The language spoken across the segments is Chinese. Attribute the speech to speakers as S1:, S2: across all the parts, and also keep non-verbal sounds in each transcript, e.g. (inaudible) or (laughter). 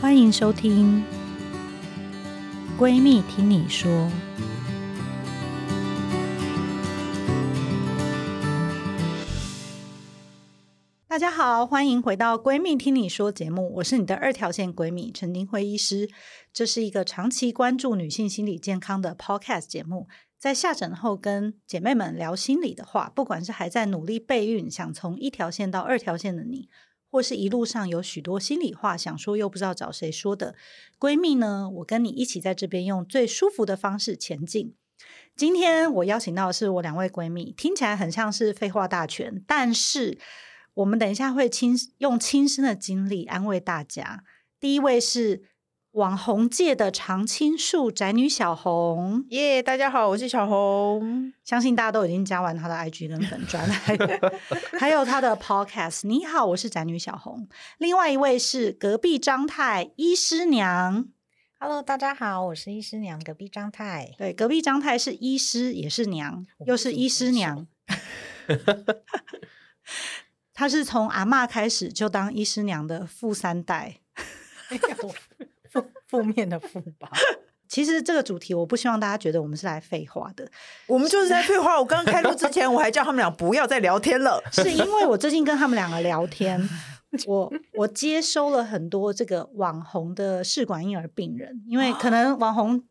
S1: 欢迎收听《闺蜜听你说》。大家好，欢迎回到《闺蜜听你说》节目，我是你的二条线闺蜜陈金辉医师。这是一个长期关注女性心理健康的 podcast 节目，在下诊后跟姐妹们聊心理的话，不管是还在努力备孕，想从一条线到二条线的你，或是一路上有许多心里话想说又不知道找谁说的闺蜜呢，我跟你一起在这边用最舒服的方式前进。今天我邀请到的是我两位闺蜜，听起来很像是废话大全，但是我们等一下会亲用亲身的经历安慰大家。第一位是网红界的常青树宅女小红，
S2: 耶大家好，我是小红。
S1: 相信大家都已经加完他的 IG 跟粉专，还有还有他的 Podcast。你好，我是宅女小红。另外一位是隔壁张太医师娘，
S3: Hello，大家好，我是医师娘隔壁张太。
S1: 对，隔壁张太是医师也是娘，又是医师娘。她是从阿嬷开始就当医师娘的富三代。
S3: 哎负负面 (laughs) 的负吧，
S1: 其实这个主题，我不希望大家觉得我们是来废话的，
S2: 我们就是在废话。我刚刚开录之前，我还叫他们俩不要再聊天了。
S1: 是因为我最近跟他们两个聊天，我我接收了很多这个网红的试管婴儿病人，因为可能网红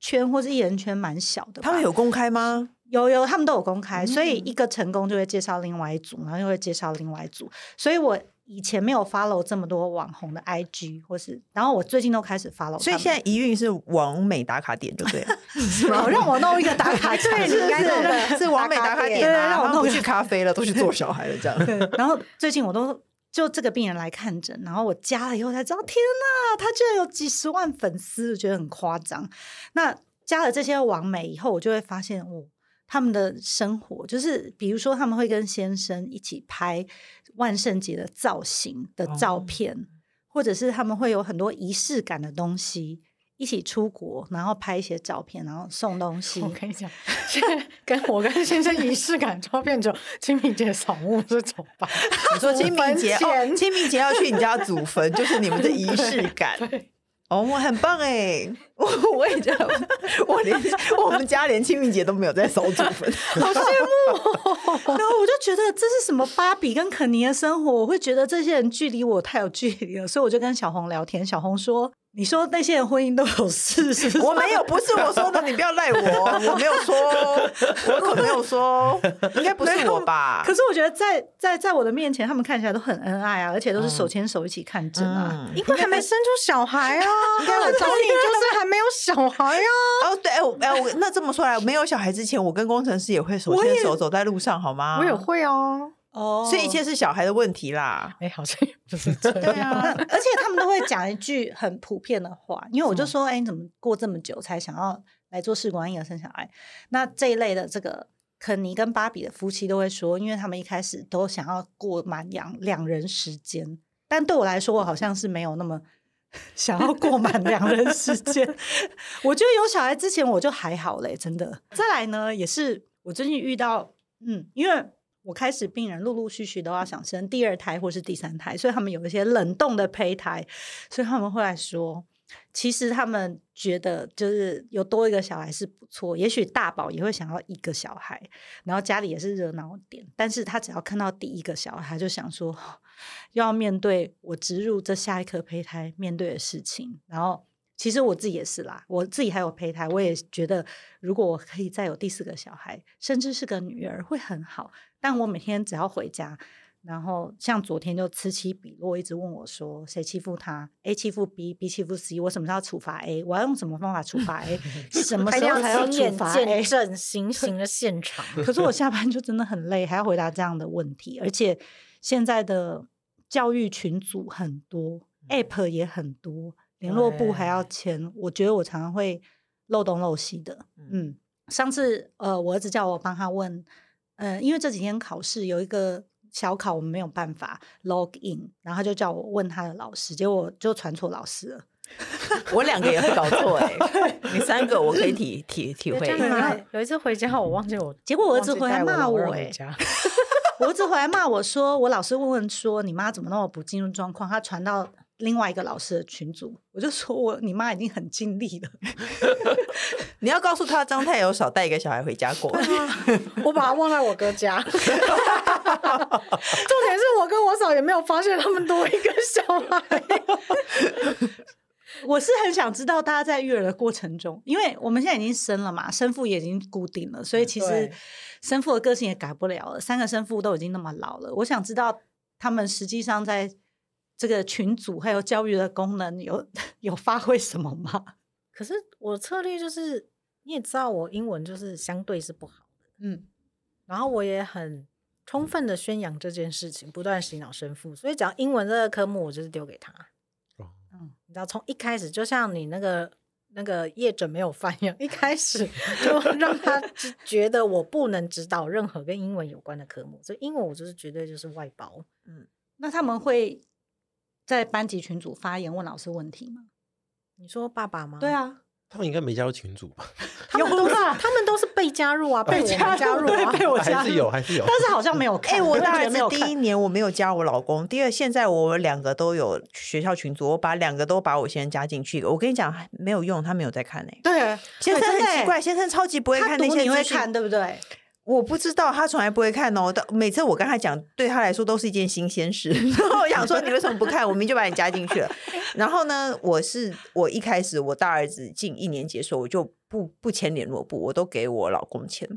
S1: 圈或是艺人圈蛮小的吧，
S2: 他们有嗯公开
S3: (laughs)
S2: 吗？
S1: 有有他们都有公开，所以一个成功就会介绍另外一组，然后又会介绍另外一组，所以我。以前没有 follow 这么多网红的 IG，或是，然后我最近都开始 follow，
S2: 所以现在一孕是往美打卡点，对不
S3: (laughs)
S2: 对了？
S1: 在好让我弄一个打
S2: (laughs)
S1: 卡墙，
S3: 对
S1: 是
S3: 你
S1: 不
S3: 该弄
S1: 是？
S3: 的
S2: 是往美打卡点
S1: 对
S2: 啊，
S1: 让我
S2: 他们不
S1: 弄
S2: 去咖啡了，都去做小孩了，这样。
S1: 对，然后最近我都就这个病人来看诊，然后我加了以后才知道，天呐，他居然有几十万粉丝，我觉得很夸张。那加了这些网美以后，我就会发现，哦，他们的生活就是，比如说他们会跟先生一起拍万圣节的造型的照片，或者是他们会有很多仪式感的东西。一起出国，然后拍一些照片，然后送东西。
S3: 我跟你 (laughs) 讲，现在跟我跟先生仪式感照片只有清明节扫墓这种吧。
S2: 你说清明节
S3: 祖坟
S2: 哦，
S3: 前
S2: 清明节要去你家祖坟，就是你们的仪式感。
S3: (laughs) 对，
S2: 哦，我很棒哎， (laughs) 我我也这样，我连我们家连清明节都没有在扫祖 (laughs) 坟，
S1: 好羡慕、然后我就觉得这是什么芭比跟肯尼的生活，我会觉得这些人距离我太有距离了，所以我就跟小红聊天。小红说：“你说那些人婚姻都有事，是不是？”
S2: 我没有，不是我说的，你不要赖我，我没有说，我可没有说，应该不是我吧
S1: (laughs) 可？是我觉得在在在我的面前，他们看起来都很恩爱啊，而且都是手牵手一起看诊啊。
S2: 嗯，
S3: 因为还没生出小孩
S2: (laughs)
S3: 啊，应该我找你就是还没有小孩啊。
S2: 哦，对，哎，我哎，我那这么说来，没有小孩之前，我跟工程师也会手牵手走在路上，好吗？
S3: (laughs) 我也，会哦。
S1: 哦
S2: 所以一切是小孩的问题啦。
S3: 哎，好像也不是 (laughs) 这
S2: 对
S3: 样。
S1: 那
S2: 啊，
S1: 而且他们都会讲一句很普遍的话，因为我就说，哎、你怎么过这么久才想要来做试管婴儿生小孩？那这一类的这个肯尼跟芭比的夫妻都会说，因为他们一开始都想要过满两两人时间，但对我来说，我好像是没有那么想要过满两人时间。我觉得有小孩之前我就还好嘞，真的。再来呢，也是我最近遇到，嗯，因为我开始病人陆陆续续都要想生第二胎或是第三胎，所以他们有一些冷冻的胚胎，所以他们会来说，其实他们觉得就是有多一个小孩是不错，也许大宝也会想要一个小孩，然后家里也是热闹点，但是他只要看到第一个小孩，他就想说， (laughs) 要面对我植入这下一颗胚胎面对的事情，然后。其实我自己也是啦，我自己还有胚胎，我也觉得如果我可以再有第四个小孩，甚至是个女儿，会很好。但我每天只要回家，然后像昨天就此起彼落，一直问我说谁欺负他，A 欺负 B，B 欺负 C，我什么时候要处罚 A？我要用什么方法处罚 (laughs) A？什么时候才要
S3: 亲
S1: 处
S3: 眼
S1: 罚哎 A？
S3: 见证行刑的现场，
S1: 可是我下班就真的很累，还要回答这样的问题，而且现在的教育群组很多， App 也很多，联络部还要签。我觉得我常常会漏东漏西的。嗯，上次呃，我儿子叫我帮他问，呃，因为这几天考试有一个小考，我们没有办法 log in，然后他就叫我问他的老师，结果就传错老师了。
S2: (laughs) 我两个也会搞错哎、 (laughs) 你三个我可以体体体
S3: 有
S2: 会
S3: 这。样吗
S1: 对？
S3: 有一次回家，我忘记我，
S1: 结果我儿子回
S3: 忘记
S1: 来
S3: 带
S1: 骂
S3: 老
S1: 我、
S3: 二
S1: 欸
S3: 回，家
S1: (laughs) 我儿子回来骂我说，我老师问问说你妈怎么那么不进入状况，他传到另外一个老师的群组，我就说我你妈已经很尽力了， (laughs)
S2: 你要告诉他张太有少带一个小孩回家过，
S3: (laughs)
S1: 啊
S3: 我把他忘在我哥 (laughs) 家。重点是我跟我嫂也没有发现他们多一个小孩。
S1: 我是很想知道大家在育儿的过程中，因为我们现在已经生了嘛，生父也已经固定了，所以其实
S3: 对
S1: 生父的个性也改不了了。三个生父都已经那么老了，我想知道他们实际上在这个群组还有教育的功能有 (laughs) 有发挥什么吗？
S3: 可是我策略就是，你也知道我英文就是相对是不好，
S1: 嗯，
S3: 然后我也很充分的宣扬这件事情，不断洗脑生父，所以只要英文这个科目，我就是丢给他。
S4: 哦
S3: 嗯，你知道，从一开始就像你那个那个业者没有饭一样，一开始就让他只觉得我不能指导任何跟英文有关的科目，所以英文我就是绝对就是外包。
S1: 那他们会在班级群组发言问老师问题吗？
S3: 你说爸爸吗？
S1: 对，啊，
S4: 他们应该没加入群组吧？
S3: 他们都是他们都是被加入啊，被我们加入啊，
S1: 被我加
S4: 还
S1: 入
S4: 是有，还是有。
S1: 但是好像没有看。
S2: (laughs) 哎、我大
S1: 完全
S2: 儿子
S1: 没有
S2: 第
S1: 看
S2: 一年我没有加我老公，第二现在我两个都有学校群组，我把两个都把我先生加进去。我跟你讲没有用，他没有在看呢、欸
S1: 对
S2: 先生
S1: 对真
S2: 很
S1: 的
S2: 奇
S1: 欸
S2: 怪，先生超级不会
S1: 他
S2: 看那
S1: 读
S2: 些
S1: 你会
S2: 资讯
S1: 看对不对？
S2: 我不知道，他从来不会看哦。但每次我跟他讲，对他来说都是一件新鲜事。 (laughs) 然后我想说，你为什么不看？我明明就把你加进去了。然后呢，我是我一开始我大儿子进一年级的时候，我就不不签联络簿，我都给我老公签，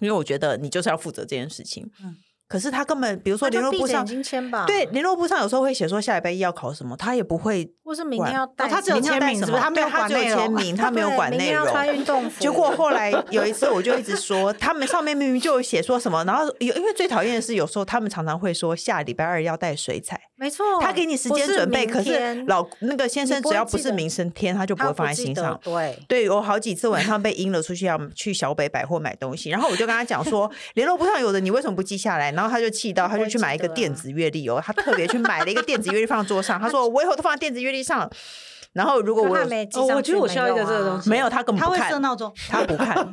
S2: 因为我觉得你就是要负责这件事情。
S1: 嗯
S2: 可是他根本，比如说
S3: 那就
S2: 联络
S3: 闭
S2: 簿
S3: 着
S2: 上
S3: 眼，睛签吧，
S2: 对，联络簿上有时候会写说下礼拜一要考什么，他也不会
S3: 或是明天要带
S1: 哦他只有
S2: 明天要带
S1: 签名
S2: 什
S1: 是不是
S2: 么
S1: 他没有
S2: 对他
S1: 管
S2: 只有
S1: 内容
S2: 签
S3: (laughs)
S2: 名，他没有
S3: 对
S2: 管
S3: 明
S2: 内
S3: 天要
S2: 容。
S3: 穿运动服，
S2: 结果后来有一次，我就一直说，他们上面明明就有写说什么，然后有因为最讨厌的是，有时候他们常常会说下礼拜二要带水彩，
S3: 没
S1: 哦
S3: 错，
S2: 他给你时
S3: 不
S2: 间
S3: 是
S2: 准备，
S3: 明
S2: 可是
S3: 天
S2: 老那个先生
S3: 你不
S2: 只
S3: 会
S2: 要不
S3: 记
S2: 是
S3: 得
S2: 明生天，他就不
S3: 他
S2: 会放在
S3: 记
S2: 心
S3: 得
S2: 上。
S3: 对，
S2: 对我好几次晚上被阴了出去，要去小北百货买东西，然后我就跟他讲说，联络簿上有的你为什么不记下来？然后他就气到，他就去买一个电子阅历哦，他特别去买了一个电子阅历放桌上，他说我以后都放在电子阅历上。然后如果
S3: 如
S2: 我
S3: 果
S2: 有
S3: 他没记
S1: 哦
S3: 上去没
S1: 我觉得
S3: 用啊、
S1: 我需要一个这个东西
S2: 没有，他根本
S1: 他
S2: 不
S1: 会
S2: 看
S1: 设，闹钟，
S2: 他
S1: (laughs)
S2: 不看， (laughs)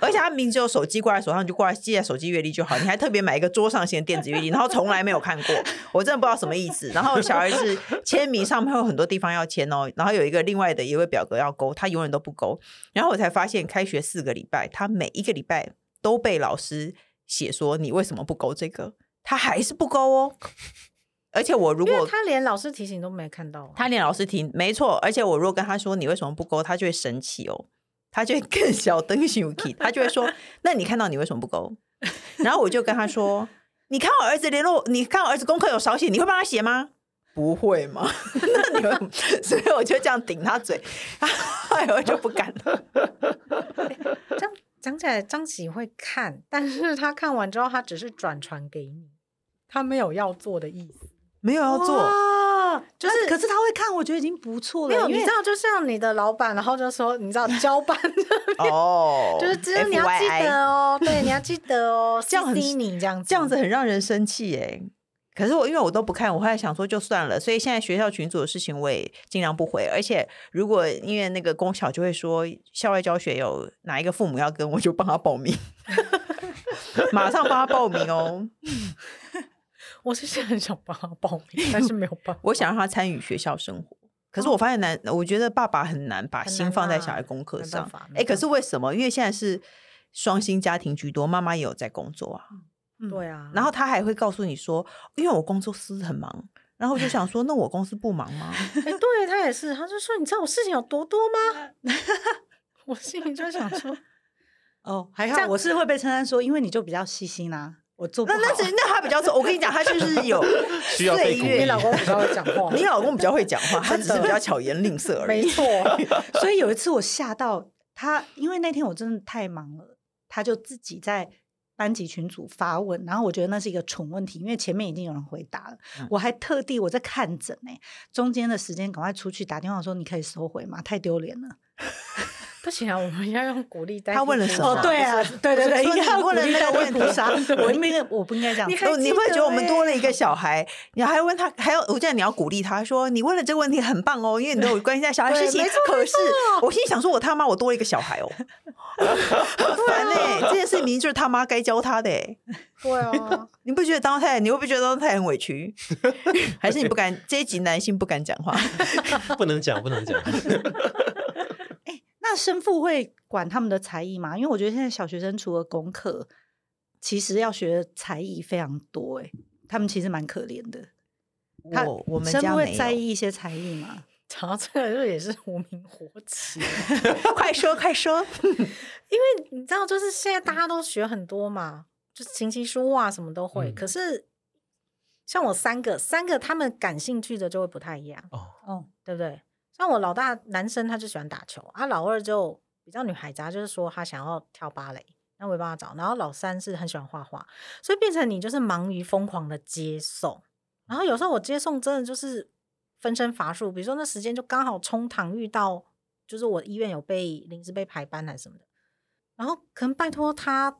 S2: 而且他明明只有手机挂在手上，你就挂在记在手机阅历就好。你还特别买一个桌上型的电子阅历，然后从来没有看过， (laughs) 我真的不知道什么意思。然后小孩子签名上面会有很多地方要签哦，然后有一个另外的一位表格要勾，他永远都不勾。然后我才发现，开学四个礼拜，他每一个礼拜都被老师写说你为什么不勾这个，他还是不勾哦。而且我如
S3: 因
S2: 果
S3: 为他连老师提醒都没看到、
S2: (laughs)
S3: 啊，
S2: 他连老师听，没错。而且我如果跟他说你为什么不勾，他就会生气哦，他就会更小灯熊气，他就会说：那你看到你为什么不勾？然后我就跟他说：你看我儿子联络，你看我儿子功课有少写，你会帮他写吗？不会吗？ (laughs) 那你们，所以我就这样顶他嘴， (laughs) 哎呦，我就不敢了。
S3: 这样讲起来，张琪会看，但是他看完之后，他只是转传给你，他没有要做的意思。
S2: 没有要做，
S1: 哇
S3: 就是
S1: 但可是他会看，我觉得已经不错
S3: 没有，
S1: 了，因
S3: 你
S1: 为
S3: 知道，就像你的老板，然后就说，你知道交班
S2: 哦，
S3: 就是，就是你要记
S2: FYI
S3: 得哦，对，你要记得哦，
S2: (laughs) 这样很
S3: CC 你这样
S2: 这样子，很让人生气哎、可是我因为我都不看，我后来想说就算了，所以现在学校群组的事情我也尽量不回。而且如果因为那个公小就会说校外教学有哪一个父母要跟，我就帮他报
S3: (laughs)
S2: 名， (laughs) 马上帮他报名哦。
S3: 我其实很想帮他报名，但是没有办法。
S2: (laughs) 我想让他参与学校生活，可是我发现难，我觉得爸爸很难把
S3: 嗯很
S2: 心
S3: 难
S2: 放在
S3: 啊
S2: 小孩功课
S3: 没
S2: 上
S3: 办法。没
S2: 哎，可
S3: 办
S2: 是为什么？因为现在是双薪家庭居多，妈妈也有在工作啊。
S3: 对啊，
S2: 然后他还会告诉你说，因为我工作司很忙，然后我就想说，那我公司不忙
S4: (laughs)
S2: 吗？
S3: 哎、对他也是，他就说，你知道我事情有多多吗？ (laughs) 我心里就想说，
S1: 哦，还
S3: 这
S1: 好
S3: 样
S1: 我是会被称赞说，因为你就比较细心啦、啊我做不
S2: 那
S1: 好。
S2: 那是那他比较错，我跟你讲，他就是有
S4: 需要
S2: 岁
S4: 被鼓励
S3: 你
S2: 月。
S3: 老公比较会讲 (laughs) 话，
S2: 你老公比较会讲话，他只是比较巧言令色而
S3: 没
S2: 已。
S3: 错，
S1: 所以有一次我吓到他，因为那天我真的太忙了，他就自己在班级群组发问，然后我觉得那是一个蠢问题，因为前面已经有人回答了，我还特地我在看诊呢、中间的时间赶快出去打电话说你可以收回吗？太丢脸了。
S3: 不行啊，我们要用鼓励代替
S2: 他问了
S3: 鼓
S2: 什
S3: 掌
S2: 么
S1: 哦，对
S3: (laughs)
S1: 啊，对对对，
S2: 说
S1: 应
S2: 你
S1: 该要
S2: 问了
S1: 鼓励
S2: 那个
S1: 大家
S2: 问题
S1: 鼓掌我应该我不应该这样
S3: 你
S1: 做
S3: 还
S2: 哦你会
S3: 记
S2: 觉
S3: 得
S2: 得我们多了一
S3: 欸
S2: 个小孩，你还问他，还有我记得你要鼓励他说，你问了这个问题很棒哦，因为你都有关心在小孩
S3: 对
S2: 事情
S3: 没错。
S2: 可是我心里想说，我他妈我多了一个小孩哦，很烦哎、这件事明明就是他妈该教他的哎、
S3: 对啊，
S2: (laughs) 你不觉得当太太，你会不会觉得当太太很委屈？还是你不敢这一集男性不敢讲话？
S4: 不能讲，不能讲。
S1: 那生父会管他们的才艺吗？因为我觉得现在小学生除了功课，其实要学的才艺非常多、欸，他们其实蛮可怜的。他
S2: 我我们
S1: 生
S2: 家
S1: 父
S2: 没
S1: 会在
S2: 有。嗯
S1: 意一些才艺吗？
S3: 讲到这个就也是无名火起，
S2: 快说快说，
S3: 因为你知道，就是现
S4: 嗯
S3: 在大家都学很多嘛，就是琴棋书画什么都会，
S4: 嗯
S3: 可是。像我三个，三个他们感兴趣的就会不太一样，
S4: 哦，
S1: 哦，
S3: 对不对？像我老大男生他就喜欢打球，啊老二就比较女孩子，他啊就是说他想要跳芭蕾，那我也帮他找。然后老三是很喜欢画画，所以变成你就是忙于疯狂的接送。然后有时候我接送真的就是分身乏术，比如说那时间就刚好冲堂遇到，就是我医院有被临时被排班还是什么的，然后可能拜托他，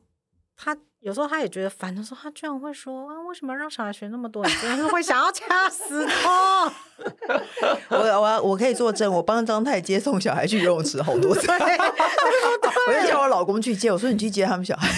S3: 他有时候他也觉得烦，他说他居然会说啊，为什么要让小孩学那么多？你真的是会想要掐死
S2: (laughs)
S3: 他。 (laughs)
S2: 我我我可以作证，我帮张太接送小孩去游泳池好多次，
S3: (laughs)
S2: 我就叫我老公去接，我说你去接他们小孩，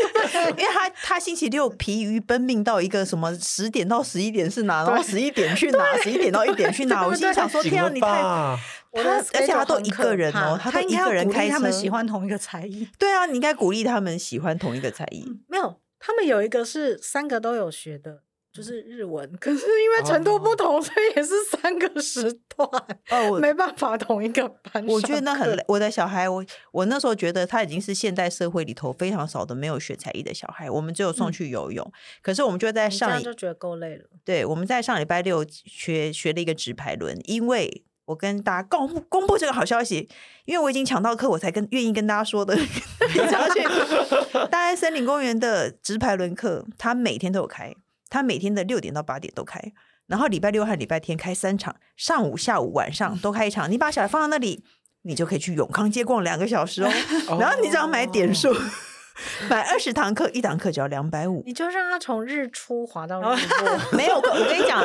S2: (laughs) 因为他他星期六疲于奔命到一个什么十点到十一点是哪，然后十一点去哪，十一点到一点去哪，我心里想说
S4: 紧
S2: (laughs) 天啊，
S4: 了
S2: 你太。
S4: 吧？
S3: 我
S2: 他
S3: 的
S2: 而且他
S3: schedule
S2: 都
S3: 很
S2: 一
S3: 可
S2: 个人哦
S3: 怕
S2: 他都
S1: 应
S2: 一
S1: 该要
S2: 个人
S1: 鼓励
S2: 开
S1: 他们
S2: 车
S1: 喜欢同一个才艺。
S2: 对啊，你应该鼓励他们喜欢同一个才艺。
S3: 没有，他们有一个是三个都有学的，就是日文，可是因为程度不同，所以也是三个时段，
S2: 哦，我
S3: 嗯没办法同一个班。
S2: 我觉得那很累。。我的小孩，我我那时候觉得他已经是现代社会里头非常少的没有学才艺的小孩，我们只有送去游泳。可是我们就在
S3: 嗯你这
S2: 上
S3: 样
S2: 礼
S3: 就觉得够累了，
S2: 对，我们在上礼拜六学学了一个直排轮，因为我跟大家公布公布这个好消息，因为我已经抢到课，我才跟愿意跟大家说的。要去大安森林公园的直排轮课，它每天都有开，它每天的六点到八点都开。然后礼拜六和礼拜天开三场，上午、下午、晚上都开一场。你把小孩放到那里，你就可以去永康街逛两个小时哦。然后你只要买点数，买二十堂课，一堂课只要两百五。
S3: 你就让他从日出滑到日
S2: (laughs)
S3: 落。
S2: 没有，我我跟你讲，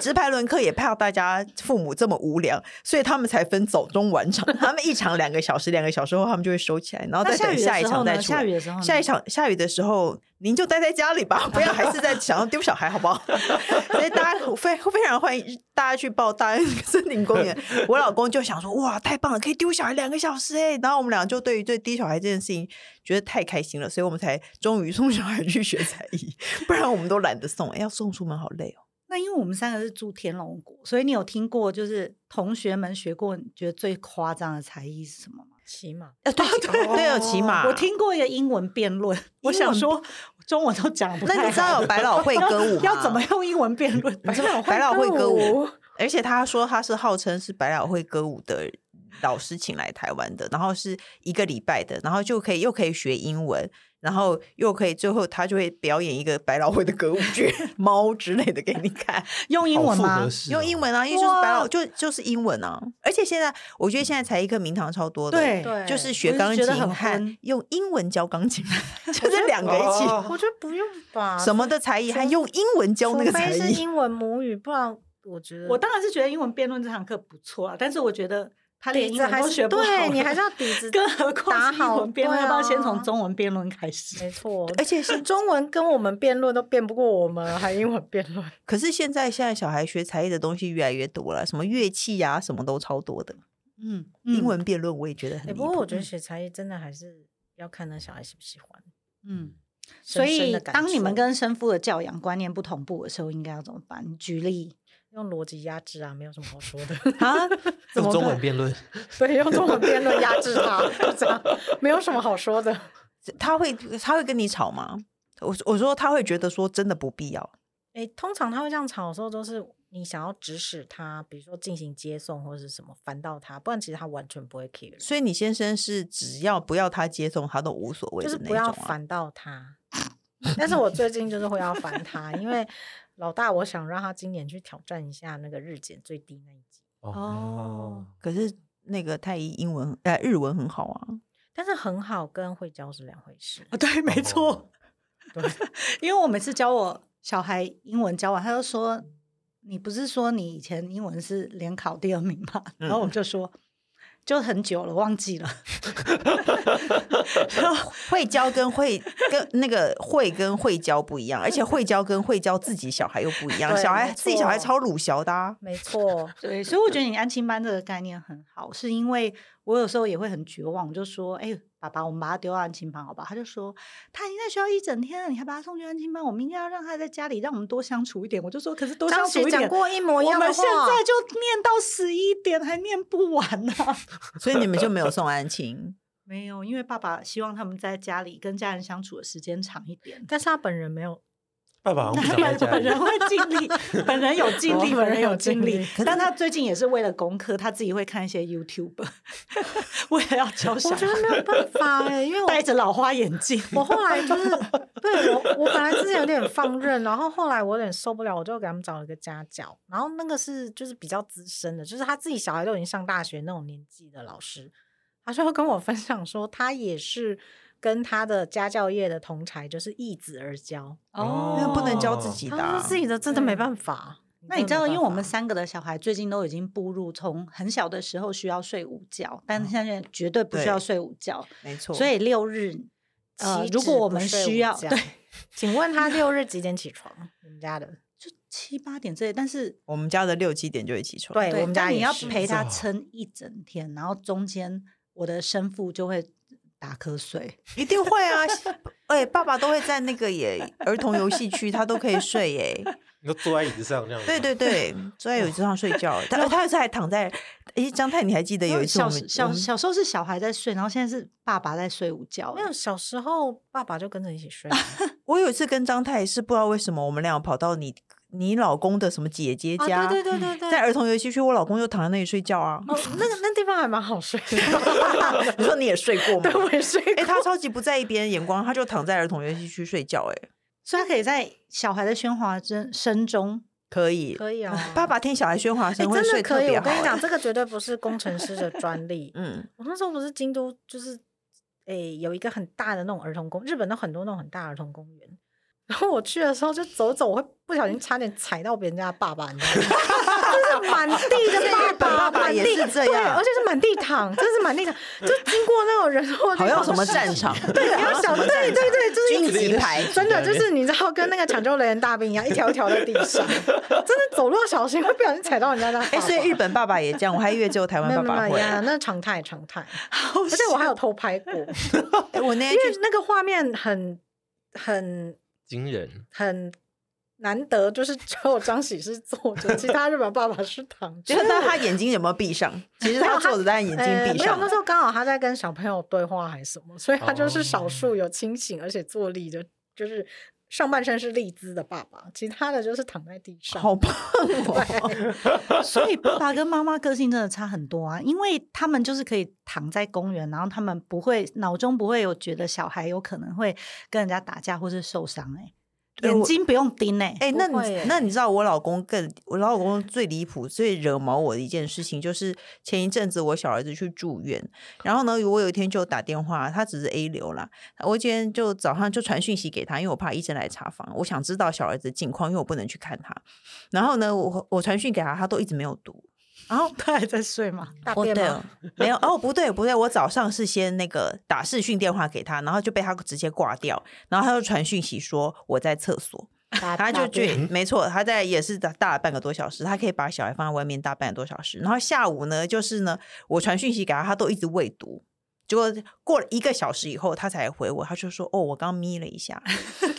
S2: 直排轮课也怕大家父母这么无聊，所以他们才分早中晚场。他们一场两个小时，两个小时后他们就会收起来，然后
S1: 那下
S2: 再等
S1: 雨
S2: 哦下
S1: 的
S2: 一
S1: 时
S2: 场
S1: 候
S2: 再
S1: 呢？
S2: 出
S1: 下
S2: 来。嗯
S1: 雨的时候呢，
S2: 下一场下雨的时候，您就待在家里吧，不要还是在想要丢小孩，好不好？ (laughs) 所以大家非非常欢迎大家去报大安森林公园。我老公就想说，哇，太棒了，可以丢小孩两个小时哎、然后我们俩就对于对丢小孩这件事情觉得太开心了，所以我们才终于送小孩去学才艺，不然我们都懒得送，哎要送出门好累哦。
S1: 那因为我们三个是住天龙国，所以你有听过就是同学们学过，你觉得最夸张的才艺是什么吗？
S3: 骑马，
S2: 啊，
S1: (laughs)
S2: 对对，有骑马，
S1: 我。听过一个英文辩论，我
S2: 英
S1: 想
S2: 文
S1: 说中文都讲不
S2: 那
S1: 太好。
S2: 你知道有百老汇歌舞吗？
S1: (laughs) 要怎么用英文辩
S2: (laughs)
S1: 论？
S2: 你知道百老汇歌舞，而且他说他是号称是百老汇歌舞的老师请来台湾的，然后是一个礼拜的，然后就可以又可以学英文，然后又可以最后他就会表演一个百老汇的歌舞
S1: (laughs)
S2: 剧《猫》之类的给你看，
S1: 用英文
S4: 好复
S1: 吗
S4: 合？式哦
S2: 用英文啊，因为就是百老就就是英文啊，而且现在我觉得现在才艺课名堂超多的，
S1: 对
S3: 对
S2: 就是学
S1: 我就
S2: 钢
S1: 觉
S2: 琴
S1: 得很
S2: 和
S1: 昏
S2: 用英文教
S1: (laughs)
S2: 钢琴， (laughs) 就是两个一起。
S4: 哦
S3: 我觉得不用吧。
S2: 什么的才艺，还
S3: 除
S2: 用英文教那个
S3: 除
S2: 才
S3: 非
S2: 艺，
S3: 是英文母语，不然我觉得
S1: 我当然是觉得英文辩论这堂课不错啊，但是我觉得他连
S3: 底
S1: 英
S3: 子
S1: 文
S3: 还
S1: 都
S3: 是
S1: 学不好，
S3: 对你
S1: (laughs)
S3: 还是要底子
S1: 更何
S3: 打
S1: 况是英
S3: 好
S1: 文辩论，
S3: 对
S1: 要不要先从
S3: 啊
S1: 中文辩论开始？
S3: 没错，
S2: 而且是
S3: 中文跟我们辩论都辩不过我们，啊还英文辩
S1: (laughs)
S3: 论。
S2: 可是现在现在小孩学才艺的东西越来越多了，什么乐器呀、什么都超多的。
S1: 嗯，
S2: 英文
S1: 嗯
S2: 辩论我也觉得很
S3: 欸
S2: 离
S3: 不
S2: 谱。
S3: 过我觉得学才艺真的还是要看那小孩喜不喜欢。
S1: 嗯。所
S3: 深深
S1: 以
S3: 地，感
S1: 当你们
S3: 触
S1: 跟生父的教养观念不同步的时候，应该要怎么办？你举例，
S3: 用逻辑压制啊，没有什么好说的
S1: (laughs)
S3: (laughs)
S2: 啊，怎
S4: 用
S2: 么
S4: 中
S2: 办
S4: 文辩论，
S3: 对，用中文辩论压制他， (laughs) 就这样没有什么好说的。
S2: 他会他会跟你吵吗？我我说他会觉得说真的不必要。
S3: 哎、通常他会这样吵的时候，都是你想要指使他，比如说进行接送或者是什么，烦到他，不然其实他完全不会 care，
S2: 所以你先生是只要不要他接送，他都无所谓
S3: 就
S2: 的
S3: 是
S2: 那
S3: 不
S2: 种、啊。
S3: 要烦到他。但是我最近就是会要烦他，因为老大我想让他今年去挑战一下那个日检最低那一级，
S2: 哦，可是那个太医英文呃日文很
S3: (laughs)
S2: 好啊，
S3: 但是很好跟会教是两回事。
S1: 啊，对，没错
S4: 哦，
S3: 对，
S1: 因为我每次教我小孩英文教完，他就说：“你不是说你以前英文是联考第二名吗？”然后我就说：“就很久了，忘记了。
S2: 会教跟会跟那个会跟会教不一样，而且会教跟会教自己小孩又不一样，
S3: 对
S2: 小孩
S3: 没
S2: 自己小孩
S3: 错
S2: 超鲁小的、啊，
S3: 没错，”
S1: (laughs) 对，所以我觉得你安亲班这个概念很好，是因为我有时候也会很绝望，我就说：“哎、爸爸，我们把他丢到安亲班好吧？”他就说：“他已经在学校一整天了，你还把他送去安亲班，我们应该要让他在家里，让我们多相处一点。”我就说：“可是多相
S3: 张
S1: 处
S3: 学
S1: 一点
S3: 讲。”过一模一
S1: 我
S3: 样的
S1: 们
S3: 话，
S1: 现在就念到十一点，还念不完啊呢、
S2: 所以你们就没有送安
S3: (laughs)
S2: 亲。
S1: (laughs) 没有，因为爸爸希望他们在家里跟家人相处的时间长一点。
S3: 但是他本人没有，
S4: 爸爸好像不想在
S1: 本本人，
S2: (laughs)
S4: 家里
S1: 会尽力， (laughs) 本人有尽力，
S3: 哦
S1: 本人有尽
S3: 本人有
S1: 力
S3: 尽力。
S1: 但他最近也是为了功课，他自己会看一些 YouTube，为了要教小
S3: 我觉得
S1: 孩，
S3: 没有办法哎、因为我
S1: 戴着老花眼镜。
S3: 我后来就是对我，我本来之前有点放任，然后后来我有点受不了，我就给他们找了一个家教，然后那个是就是比较资深的，就是他自己小孩都已经上大学那种年纪的老师，他就跟我分享说，他也是跟他的家教业的同才就是易子而教，
S4: 哦
S2: 那不能教自己的
S3: 他
S2: 啊、
S3: 说自己的真的没办法。
S1: 那你知道，因为我们
S3: 三
S1: 三个的小孩最近都已经步入从很小的时候需要睡午觉，但是现在绝对不需要
S2: 对
S1: 睡午觉，
S2: 没错，
S1: 所以六日，呃
S3: 岂，止
S1: 如果我
S3: 不
S1: 们
S3: 睡
S1: 需
S3: 午
S1: 要，
S3: 觉
S1: 对，
S3: 请问他六日几点起床？你们
S1: (laughs)
S3: 家的？
S1: 就七八点之类，但是
S2: 我们家的六七点就会起床。
S3: 对
S1: 对，
S3: 我们家
S1: 但你
S3: 也
S1: 要
S3: 是
S1: 陪他
S4: 哇
S1: 撑一整天，然后中间我的生父就会打瞌睡。
S2: 一定会啊！哎、爸爸都会在那个耶儿童游戏区，他都可以睡耶。
S4: 你都坐在椅子上这样。
S2: 对对，对，坐在椅子上睡觉。他他有一次还躺在，哎、张太，你还记得有一次
S1: 小
S2: 我们
S1: 时小
S2: 我们
S1: 小时候是小孩在睡，然后现在是爸爸在睡午觉
S3: 没。有，小时候爸爸就跟着一起
S1: (laughs)
S3: 睡啊。
S2: 我有一次跟张太是不知道为什么，我们俩跑到你你老公的什么姐姐家，
S3: 啊对对对对对，
S2: 在儿童游戏区，我老公就躺在那里睡觉啊。
S3: 哦，那个那地方还蛮
S2: (laughs)
S3: 好睡的，
S2: 你说你也睡过吗
S3: 对，？我也睡
S2: 哎、
S3: 过。
S2: 他超级不在意别人眼光，他就躺在儿童游戏区睡觉、哎，
S1: 所以他可以在小孩的喧哗声声中，
S2: 可以。
S3: 可以啊，
S2: 爸爸听小孩喧哗
S3: 哎、
S2: 声会
S3: 真
S2: 睡
S3: 的
S2: 特
S3: 可以。
S2: 别
S3: 我
S2: 好、
S3: 跟你讲，
S2: 哎
S3: 这个绝对不是工程师的专利。
S2: 嗯，
S3: 我那时候不是京都，就是诶、有一个很大的那种儿童公，日本都很多那种很大的儿童公园。然后我去的时候就走走，我会不小心差点踩到别人家的爸爸，你知道
S2: (laughs)
S3: 吗？就是满地的爸
S2: 本爸爸
S3: 满
S2: 也
S3: 地
S2: 是这
S3: (laughs) 对
S2: 样
S3: 而且是满地躺，真是满地躺，就经过那种人祸地方，
S2: 好像什么战场，
S3: 对，然后小对对对，就是
S2: 军
S3: 一直
S2: 棋牌，
S3: 真的就是你知道，跟那个抢救人员大兵一样，一条一条在地上，真的走路要小心，会不小心踩到人家的。
S2: 哎、所以日本爸爸也这样，我还以为只有台湾
S3: 没
S2: 爸
S3: 有没有
S2: 爸
S3: 没有
S2: 会。
S3: 呀，那常态常态。而且我还有偷拍过，因
S2: 哎我那天
S3: 为
S2: 去
S3: 那个画面很很
S4: 惊人，
S3: 很难得，就是只有张喜是坐着，其他日本爸爸是躺着
S2: 就。是他眼睛有没有闭上？其实
S3: 没有
S2: 他坐着，但眼睛
S3: 呃
S2: 闭
S3: 没有，
S2: 上
S3: 那
S2: 了。
S3: 时候刚好他在跟小朋友对话还是什么，所以他就是少
S4: 哦
S3: 数有清醒而且坐立的，就是上半身是立姿的爸爸，其他的就是躺在地上。
S2: 好棒
S3: (laughs)
S2: 哦！
S1: 所以爸爸跟妈妈个性真的差很多啊，因为他们就是可以躺在公园，然后他们不会脑中不会有觉得小孩有可能会跟人家打架或是受伤、欸，
S2: 哎
S1: 眼
S2: 我
S1: 睛不用盯哎、
S2: 哎、那
S3: 不会欸
S2: 你
S3: 耶
S2: 那你知道我老公更我老公最离谱、最惹毛我的一件事情，就是前一阵子我小儿子去住院，然后呢，我有一天就打电话，他只是 A 流啦，我今天就早上就传讯息给他，因为我怕医生来查房，我想知道小儿子的近况，因为我不能去看他。然后呢，我我传讯给他，他都一直没有读。然后
S1: 他还在睡吗？
S3: 大
S2: 哦，
S3: 便
S2: 对
S3: 吗？
S2: 哦， (laughs) 没有哦，不对不对，我早上是先那个打视讯电话给他，然后就被他直接挂掉，然后他就传讯息说我在厕所，
S3: 打
S2: 他就
S3: 大
S2: 去
S3: 便，
S2: 没错，他在也是大大了半个多小时，他可以把小孩放在外面大半个多小时，然后下午呢，就是呢，我传讯息给他，他都一直未读。结果过了一个小时以后，他才回我，他就说：“哦，我刚眯了一
S3: (laughs)
S2: 下。”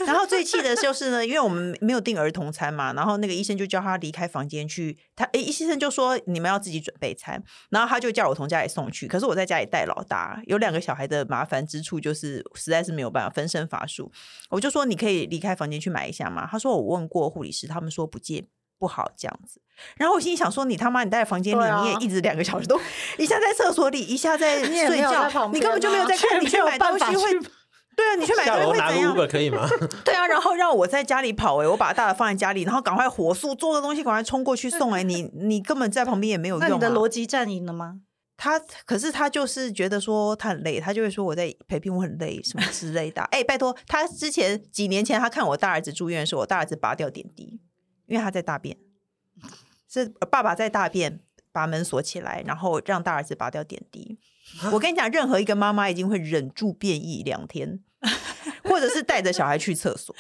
S2: 然后最气的就是呢，因为我们没有订儿童餐嘛，然后那个医生就叫他离开房间去，他诶医生就说你们要自己准备餐，然后他就叫我从家里送去，可是我在家里带老大，有两个小孩的麻烦之处就是实在是没有办法分身乏术，我就说你可以离开房间去买一下嘛，他说我问过护理师，他们说不见。不好这样子，然后我心里想说，你他妈你在房间里，
S3: 对啊
S2: 你也一直两个小时都一下在厕所里，一下在
S3: 你也
S2: 睡
S3: 没有在
S2: 觉，
S3: 旁
S2: 你根本
S3: 边
S2: 就没有
S3: 啊
S2: 在看，你去买东西会对啊，你去买
S4: 下
S2: 东西
S4: 楼
S2: 会
S4: 拿
S2: 怎
S4: 个
S2: 样？
S4: Uber 可
S2: (laughs)
S4: 以吗？
S2: 对啊，然后让我在家里跑哎、我把大的放在家里，然后赶快火速做个东西，赶快冲过去送哎、你你根本在旁边也没有
S1: 那
S2: 用、
S1: 你
S2: 啊。
S1: 的逻辑占赢了吗？
S2: 他可是他就是觉得说他很累，他就会说我在陪病，我很累什么之类的啊。哎、拜托，他之前几年前他看我大儿子住院的时候，我大儿子拔掉点滴，因为他在大便，是呃爸爸在大便，把门锁起来，然后让大儿子拔掉点滴。
S1: 啊
S2: 我跟你讲，任何一个妈妈一定会忍住便意两
S1: (laughs)
S2: 天，或者是带着小孩去厕所，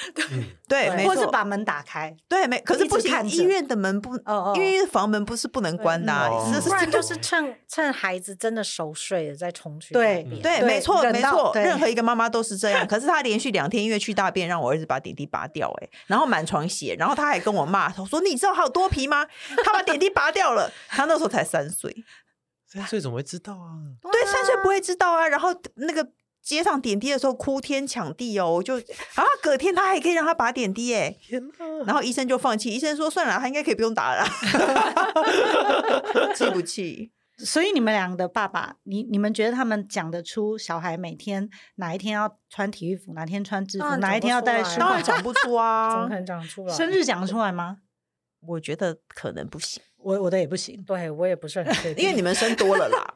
S2: 对，哎没
S1: 嗯或
S2: 错，
S1: 是把门打开，
S2: 对没，可是
S1: 一
S2: 不
S1: 直
S2: 行，
S1: 看着
S2: 医院的门不，
S1: 哦哦
S2: 因为房门不是不能关的、啊，
S4: 嗯
S2: 这
S3: 不
S2: 是
S3: 然就是趁趁孩子真的熟睡了再冲去
S1: 对
S3: 大便
S2: 对，
S1: 对
S2: 没错，
S1: 忍
S2: 没
S1: 到
S2: 错，
S1: 对
S2: 任何一个妈妈都是这样。可是她连续两天因为去大便，让我儿子把点滴拔掉、欸，然后满床血，然后她还跟我骂，她说：“你知道她有多皮吗？她把点滴拔掉了。”她那时候才三岁，
S4: 三岁怎么会知道啊？
S2: 对，三岁不会知道啊。然后那个街上点滴的时候哭天抢地哦，我就啊，隔天她还可以让她拔点滴、欸，
S4: 天哪！
S2: 然后医生就放弃，医生说：“算了，她应该可以不用打了。”气不气？
S1: 所以你们两个的爸爸，你你们觉得他们讲得出小孩每天哪一天要穿体育服，哪天穿制服
S3: 当，然
S1: 哪一天要戴
S3: 讲不
S1: 书
S3: 出来
S1: 包
S2: 当然？讲不出
S3: 怎么
S2: 啊
S3: 可，能讲出来？
S1: 生日讲得出来吗？
S2: 我觉得可能不行。
S1: 我我的也不行。
S3: 对我也不是很确定，
S2: 因为你们生多了啦。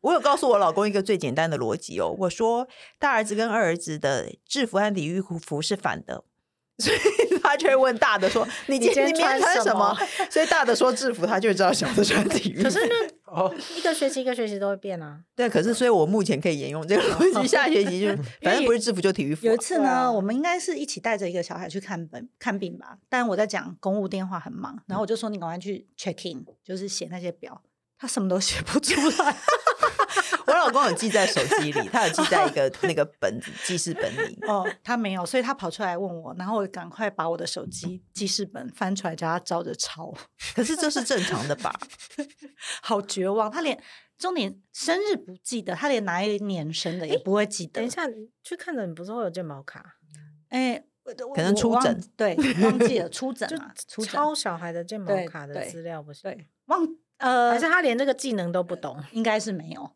S2: 我有告诉我老公一个最简单的逻辑哦，我说大儿子跟二儿子的制服和体育服是反的， (laughs) 所以他就会问大的说：“你今天
S3: 你今天
S2: 明天
S3: 穿
S2: 穿什么 (laughs)
S3: 么？”
S2: 所以大的说制服，他就会知道小的穿体育服。
S3: 可是那
S4: 哦，
S3: 一个学期一个学期都会变啊。
S2: 对，可是所以我目前可以沿用这个逻辑，下学期就反正不是制服就体育服啊、
S1: 有一次
S3: 对
S1: 呢，
S3: 啊
S1: 我们应该是一起带着一个小孩去看本看病吧，但我在讲公务电话很忙，然后我就说你赶快去 check in，就是写那些表，他什么都 (laughs) 写不出来。
S2: 啊我老公有记在手机里，他有记在一个那个本子记事本里。
S1: 哦， (laughs) 他没有，所以他跑出来问我，然后我赶快把我的手机记事本翻出来，叫他照着抄， (laughs)
S2: 可是这是正常的吧？
S1: 好绝望。他连重点生日不记得，他连哪一年生的也不会记得。
S3: 等一，下去看诊，不是会有健保卡？
S1: 哎、我我
S2: 可能
S1: 我
S2: 出
S1: 忘
S2: 诊，
S1: 对，忘记了 (laughs) 出诊
S3: 就
S1: 啊，出诊，
S3: 抄小孩的健保
S1: 对
S3: 卡的
S1: 对
S3: 资料不行，
S1: 对，忘呃，
S3: 还是他连这个技能都不懂？
S1: 应该是没有。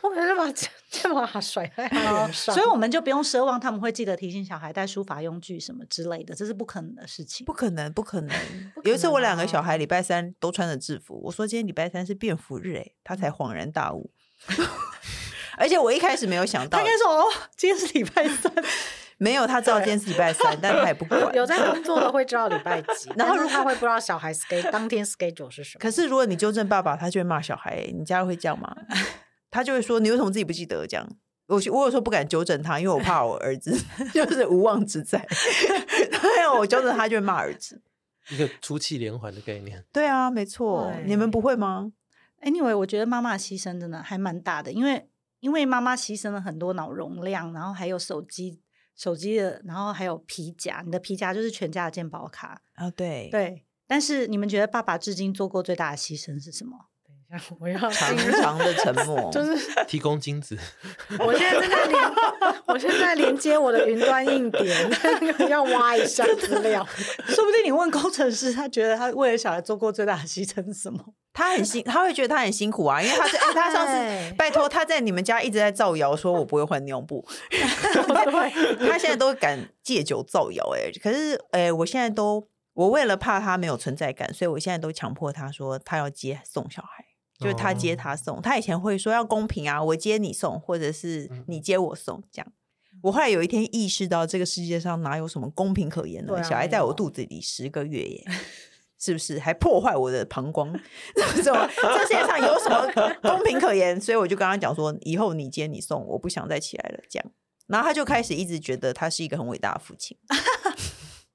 S3: 我可能把健健保卡甩在他脸上，
S1: 所以我们就不用奢望他们会记得提醒小孩带书法用具什么之类的，这是不可能的事情
S2: 不。可能，不可能！
S3: 可
S2: 有一次，
S3: 能
S2: 我两个小
S3: 啊
S2: 孩礼拜三都穿着制服，我说今天礼拜三是便服日、欸，他才恍然大悟。而且我一开始没有想到
S1: 他应，该说哦，今天是礼拜三，
S2: 没有他知道今天是礼拜三，但他也不管。
S3: 有在工作的会知道礼拜几，
S2: 然
S3: 然
S2: 后
S3: 后他会不知道小孩 schedule 当天 schedule 是什么。
S2: 可是如果你纠正爸爸，他就会骂小孩、欸你家会这样吗？他就会说你为什么自己不记得这样？我我有时候不敢纠正他，因为我怕我儿子 (laughs) 就是无妄之灾。 (laughs) 对啊，我纠正他就会骂儿子。
S4: 一个出气连环的概念。
S2: 对啊，没错，你们不会吗？
S1: (laughs) Anyway，我觉得妈妈的牺牲真的还蛮大的，因为因为妈妈牺牲了很多脑容量，然后还有手机、手机的，然后还有皮夹，你的皮夹就是全家的健保卡。
S2: 啊，对，
S1: 对，但是你们觉得爸爸至今做过最大的牺牲是什么？ (laughs)
S3: 等一下我要
S2: 长
S3: 进入
S2: 长的沉默，
S3: 就是
S4: 提供精子，
S3: 我现在正在连，我现在连接我的云端硬碟， (laughs) 要挖一下资料。
S1: 说不定你问工程师，他觉得他为了小孩做过最大的牺牲是什么？
S2: 他很辛， (laughs) 他会觉得他很辛苦啊，因为他是、哎他上次
S3: 对
S2: 拜托他在你们家一直在造谣，说我不会换尿布， (laughs) 他现在都敢借酒造谣哎、可是哎、我现在都我为了怕他没有存在感，所以我现在都强迫他说他要接送小孩。就是他接他送他以前会说要公平啊，我接你送，或者是
S4: 嗯
S2: 你接我送这样。我后来有一天意识到，这个世界上哪有什么公平可言呢？
S3: 对啊
S2: 小孩
S3: 没
S2: 在我
S3: 有
S2: 肚子里十个月
S3: (laughs)
S2: 耶，是不是还破坏我的膀胱？这种这世界上有什么公平可言？所以我就跟他讲说，以后你接你送，我不想再起来了。这样，然后他就开始一直觉得他是一个很伟大的父亲。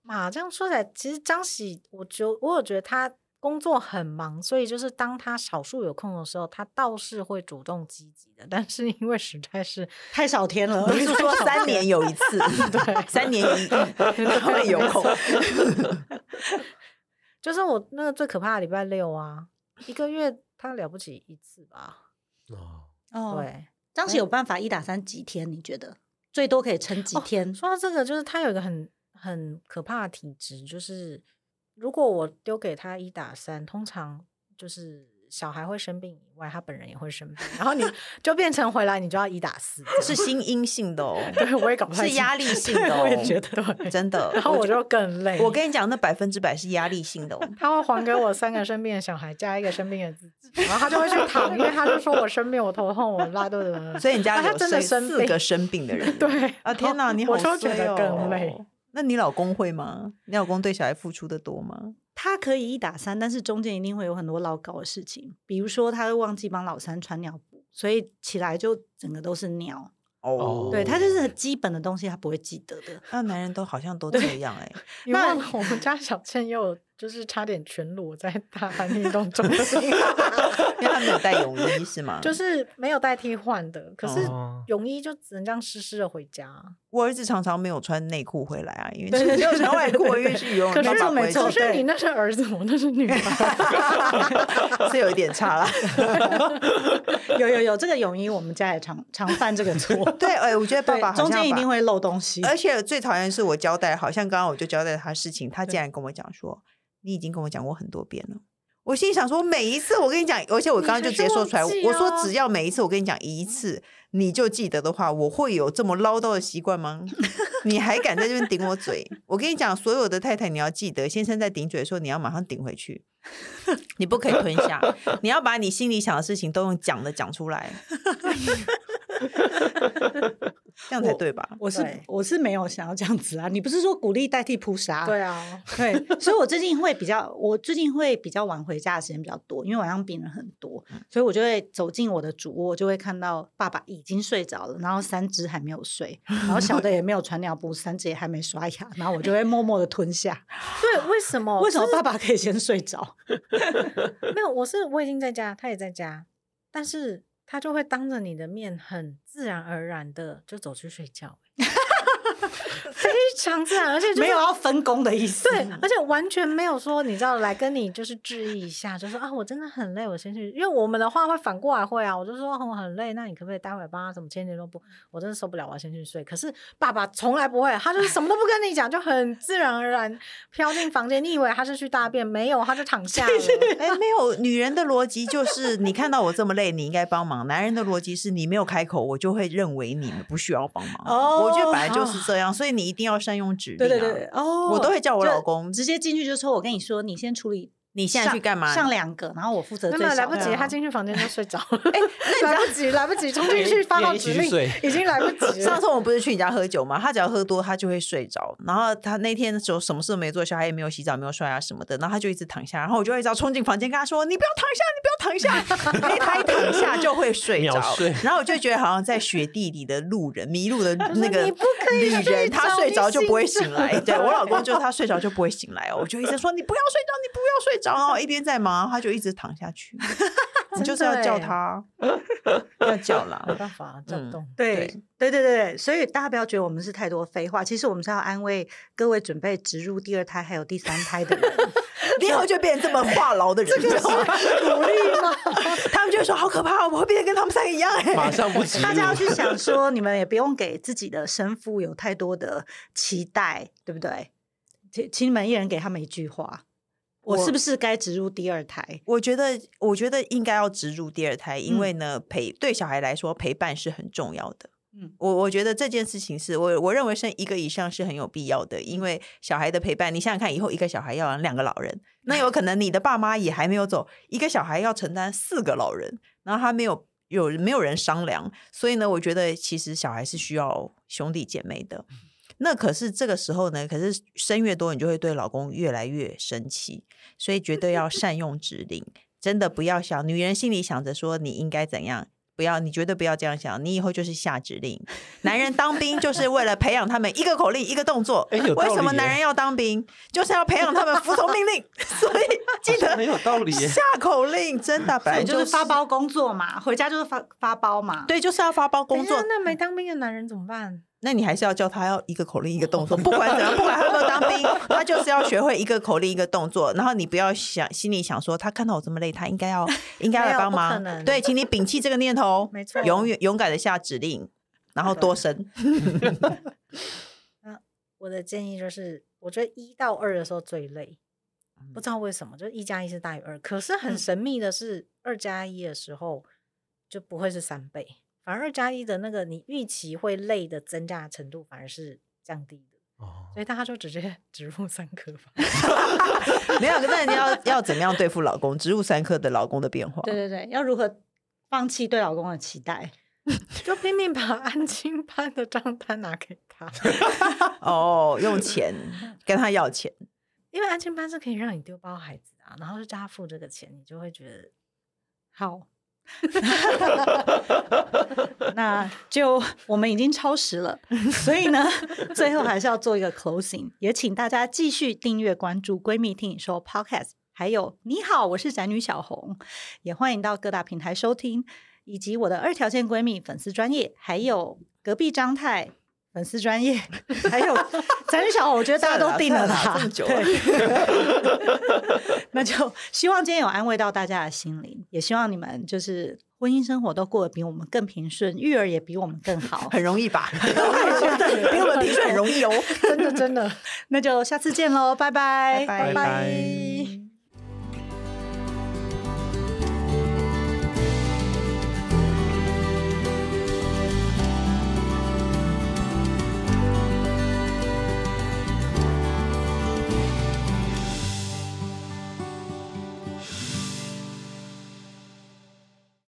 S3: 嘛，这样说起来，其实张喜，我觉我有觉得他工作很忙，所以就是当他少数有空的时候，他倒是会主动积极的。但是因为实在是
S1: 太少天
S3: 哦
S1: 了，
S2: 你是
S3: (laughs)
S2: 说三年有一次， (laughs) 三年一遇，然后有空。
S3: 就是我那个最可怕的礼拜六啊，一个月他了不起一次吧？
S4: 哦，
S1: (laughs) 哦，
S3: 对。
S1: 张琪有办法一打三几天？你觉得最多可以撑几
S3: 哦
S1: 天？
S3: 说到这个，就是他有一个很很可怕的体质，就是如果我丢给他一打三，通常就是小孩会生病以外，他本人也会生病，
S2: (laughs)
S3: 然后你就变成回来你就要一打四这样，
S2: 是心阴性的哦，
S3: (laughs) 对我也搞不太
S2: 是
S3: 清
S2: 压力性的
S3: 对
S2: 哦，
S3: 我也觉得对
S2: 真的。
S3: 然后我就更累。
S2: 我跟你讲，那百分之百是压力性的哦。
S3: 他会还给我三个生病的小孩加一个生病的自己，然后他就会去躺，因为他就说我生病，我头痛，我拉肚子，
S2: (laughs) 所以你家
S3: 那
S2: 里
S3: 啊他
S2: 有
S3: 真的
S2: 生
S3: 生
S2: 四
S3: 病，
S2: 个生病的人
S3: (laughs) 对哦
S2: 啊！天哪，你好、哦
S3: 我就觉得更累。。
S2: 那你老公会吗？你老公对小孩付出的多吗？
S1: 他可以一打三，但是中间一定会有很多老搞的事情，比如说他会忘记帮老三穿尿布，所以起来就整个都是尿。
S4: 哦
S1: 对他就是很基本的东西，他不会记得的。
S2: 那男人都好像都这样哎、
S3: 你
S1: 那
S3: 忘了我们家小倩又有就是差点全
S1: (laughs)
S3: 裸在大阪运动中心，
S2: 因为他没有带泳衣是吗？
S3: (laughs) 就是没有代替换的，可是
S4: 哦
S3: 泳衣就只能这样湿湿的回家。啊
S2: 我儿子常常没有穿内裤回来啊，
S3: (laughs)
S2: 因为
S3: 对对
S2: 只有
S3: 对
S2: 穿外裤，
S3: 对
S2: 因为去游
S1: 啊
S2: 泳
S3: 可
S2: 池
S3: 是
S2: 爸爸不会
S3: 可
S2: 穿，
S3: 是你那是儿子，我那是
S1: (laughs)
S3: 女儿。
S2: (laughs) 是有一点差
S3: (laughs)
S2: 啦。，
S1: 有有有，这个泳衣我们家也常常犯这个错
S2: 对，哎、我觉得
S1: (laughs)
S2: 爸
S1: 对
S2: 爸，好像
S1: 中间一
S2: 把
S1: 定会漏东西。
S2: 而且最讨厌的是我交代，好像刚刚我就交代他事情，他竟然跟我讲说，你已经跟我讲过很多遍了。我心里想说，每一次我跟你讲，而且我刚刚就直接说出来，
S3: 你还是
S2: 我
S3: 忘记啊嗯
S2: 说只要每一次我跟你讲一次，你就记得的话，我会有这么唠叨的习惯
S3: (laughs)
S2: 吗？你还敢在这边顶我嘴？我跟你讲，所有的太太你要记得，先生在顶嘴的时候，你要马上顶回
S3: (laughs)
S2: 去，你不可以吞下，你要把你心里想的事情都用讲的讲出
S3: (laughs)
S2: 来，这样才
S1: 我
S2: 对吧？
S1: 我是
S3: 对
S1: 我是没有想要这样子啊，你不是说鼓励代替扑杀？(laughs)
S3: 对啊，
S1: 对，所以我最近会比较，我最近会比较晚回家的时间比较多，因为晚上病人很多，所以我就会走进我的主卧，就会看到爸爸已经睡着了，然后三只还没有睡，然后小的也没有穿尿布，三只也还没刷牙，然后我就会默默的吞下。
S3: 对，为什么？
S1: 为什么爸爸可以先睡着？
S3: 没有，我是我已经在家，他也在家，但是他就会当着你的面，很自然而然的就走去睡觉、欸
S1: (laughs)
S3: 非常自然，而且、就是、
S1: 没有要分工的意思。
S3: 对，而且完全没有说，你知道，来跟你就是致意一下，就说啊，我真的很累，我先去。因为我们的话会反过来会啊，我就说、哦我很累，那你可不可以待会帮他什么签联络簿？我真的受不了，我要先去睡。可是爸爸从来不会，他就是什么都不跟你讲，就很自然而然飘进房间。你以为他是去大便，没有，他就躺下了。
S2: 哎、没有，女人的逻辑就是你看到我这么累，你应该帮忙；男人的逻辑是你没有开口，我就会认为你们不需要帮忙。
S1: 哦
S2: 我觉得本来就是这样，所以你一定要善用指令、啊。
S1: 对对对对，哦，
S2: 我都会叫我
S1: 就
S2: 老公
S1: 直接进去就说：“我跟你说，你先处理。”
S2: 你现在去干嘛
S1: 上两个，然后我负责
S3: 那
S1: 最
S3: 么
S1: 小的。
S3: 来不及，
S2: 啊
S3: 他进去房间就睡着了。来不及，来不及，冲进去发号
S4: 一起
S3: 指
S4: 去
S3: 令
S4: 睡，
S3: 已经来不及了。
S2: 上次我们不是去你家喝酒吗？他只要喝多，他就会睡着。然后他那天的时候什么事都没做，小孩也没有洗澡、没有刷牙什么的，然后他就一直躺下。然后我就一直要冲进房间跟他说：“你不要躺下，你不要躺下。”因 (laughs) 为他一躺下就会睡着
S4: 秒睡。
S2: 然后我就觉得好像在雪地里的路人、迷路的那个
S3: 你不可以
S2: 旅
S3: 睡
S2: 人，
S3: 着
S2: 他睡着就不会
S3: 你醒
S2: 醒来。对我老公就是他睡着就不会醒来哦，我就一直说：“你不要睡着，你不要睡着。”然哦后我一边在忙，他就一直躺下去。你就是要叫他，要叫啦。
S3: 没办法，叫
S2: 嗯
S3: 动。
S1: 对对对对对，所以大家不要觉得我们是太多废话，其实我们是要安慰各位准备植入第二胎还有第三胎 (laughs) 的人。
S2: (laughs) 你以后就变成这么话痨的人，这鼓励吗？ (laughs) 他们就会说好可怕哦，我会变得跟他们三个一样哎、
S4: 马
S2: (laughs)
S4: 上不及
S1: 大
S4: 入
S1: 家要 (laughs) 去想说，你们也不用给自己的生父有太多的期待，对不对？请请你们一人给他们一句话：我
S2: 我
S1: 是不是该植入第二胎？
S2: (laughs) 我觉得，我觉得应该要植入第二胎，因为呢，陪对小孩来说，陪伴是很重要的。
S1: 嗯
S2: 我我觉得这件事情是我我认为生一个以上是很有必要的，因为小孩的陪伴，你想想看，以后一个小孩要养两个老人，那有可能你的爸妈也还没有走，一个小孩要承担四个老人，然后他没有有没有人商量，所以呢，我觉得其实小孩是需要兄弟姐妹的。
S4: 嗯
S2: 那可是这个时候呢，可是生越多，你就会对老公越来越生气，所以绝对要善用指令，真的不要想女人心里想着说你应该怎样。不要，你绝对不要这样想。你以后就是下指令。男人当兵就是为了培养他们一个口令一个动作。
S4: 哎有道
S2: 为
S4: 理
S2: 什么
S4: 耶
S2: 男人要当兵？就是要培养他们服从命令。所以记
S4: 好像很
S2: 得
S4: 有道理耶。
S2: 下口令，真的，本来
S1: 对，就是发包工作嘛，回家就是发发包嘛。
S2: 对，就是要发包工
S3: 等一
S2: 作
S3: 下。那没当兵的男人怎么办？
S2: 那你还是要教他要一个口令一个动作，不管怎样，不管他有没有当兵，他就是要学会一个口令一个动作。然后你不要想心里想说，他看到我这么累，他应该要应该来帮
S3: 没有
S2: 忙
S3: 不可。能
S2: 对，请你摒弃这个念头，
S3: 没错
S2: 永远勇敢的下指令，然后多生。
S3: 我的建议就是，我觉得一到二的时候最累，不知道为什么，就一加一是大于二。可是很神秘的是，二加一的时候就不会是三倍，反而二加一的那个你预期会累的增加程度反而是降低的，
S4: 哦，
S3: 所以大家就直接 (laughs) 植入三颗吧。
S2: 没有，那你要要怎么样对付老公？植入三颗的老公的变化，
S1: 对对对，要如何放弃对老公的期待？
S3: 就拼命把安亲班的账单拿给他，
S2: 哦，用钱跟他要钱，
S3: 因为安亲班是可以让你丢包孩子啊，然后就叫他付这个钱，你就会觉得好。
S1: 那就我们已经超时了，所以呢，最后还是要做一个 closing，也请大家继续订阅关注“闺蜜听你说 ”Podcast，还有你好，我是宅女小红，也欢迎到各大平台收听，以及我的二条线闺蜜粉丝专业，还有隔壁张太。粉丝专业， (laughs) 还有宅女小红，我觉得大家都定了啦，
S2: 算啦这么久了
S1: 对， (laughs) 那就希望今天有安慰到大家的心灵，也希望你们就是婚姻生活都过得比我们更平顺，育儿也比我们更好。
S2: (laughs) 很容易吧？ (laughs) 比我们平时很容易哦。
S3: 真的真的。
S1: 那就下次见喽，拜拜，
S2: 拜拜
S4: 拜拜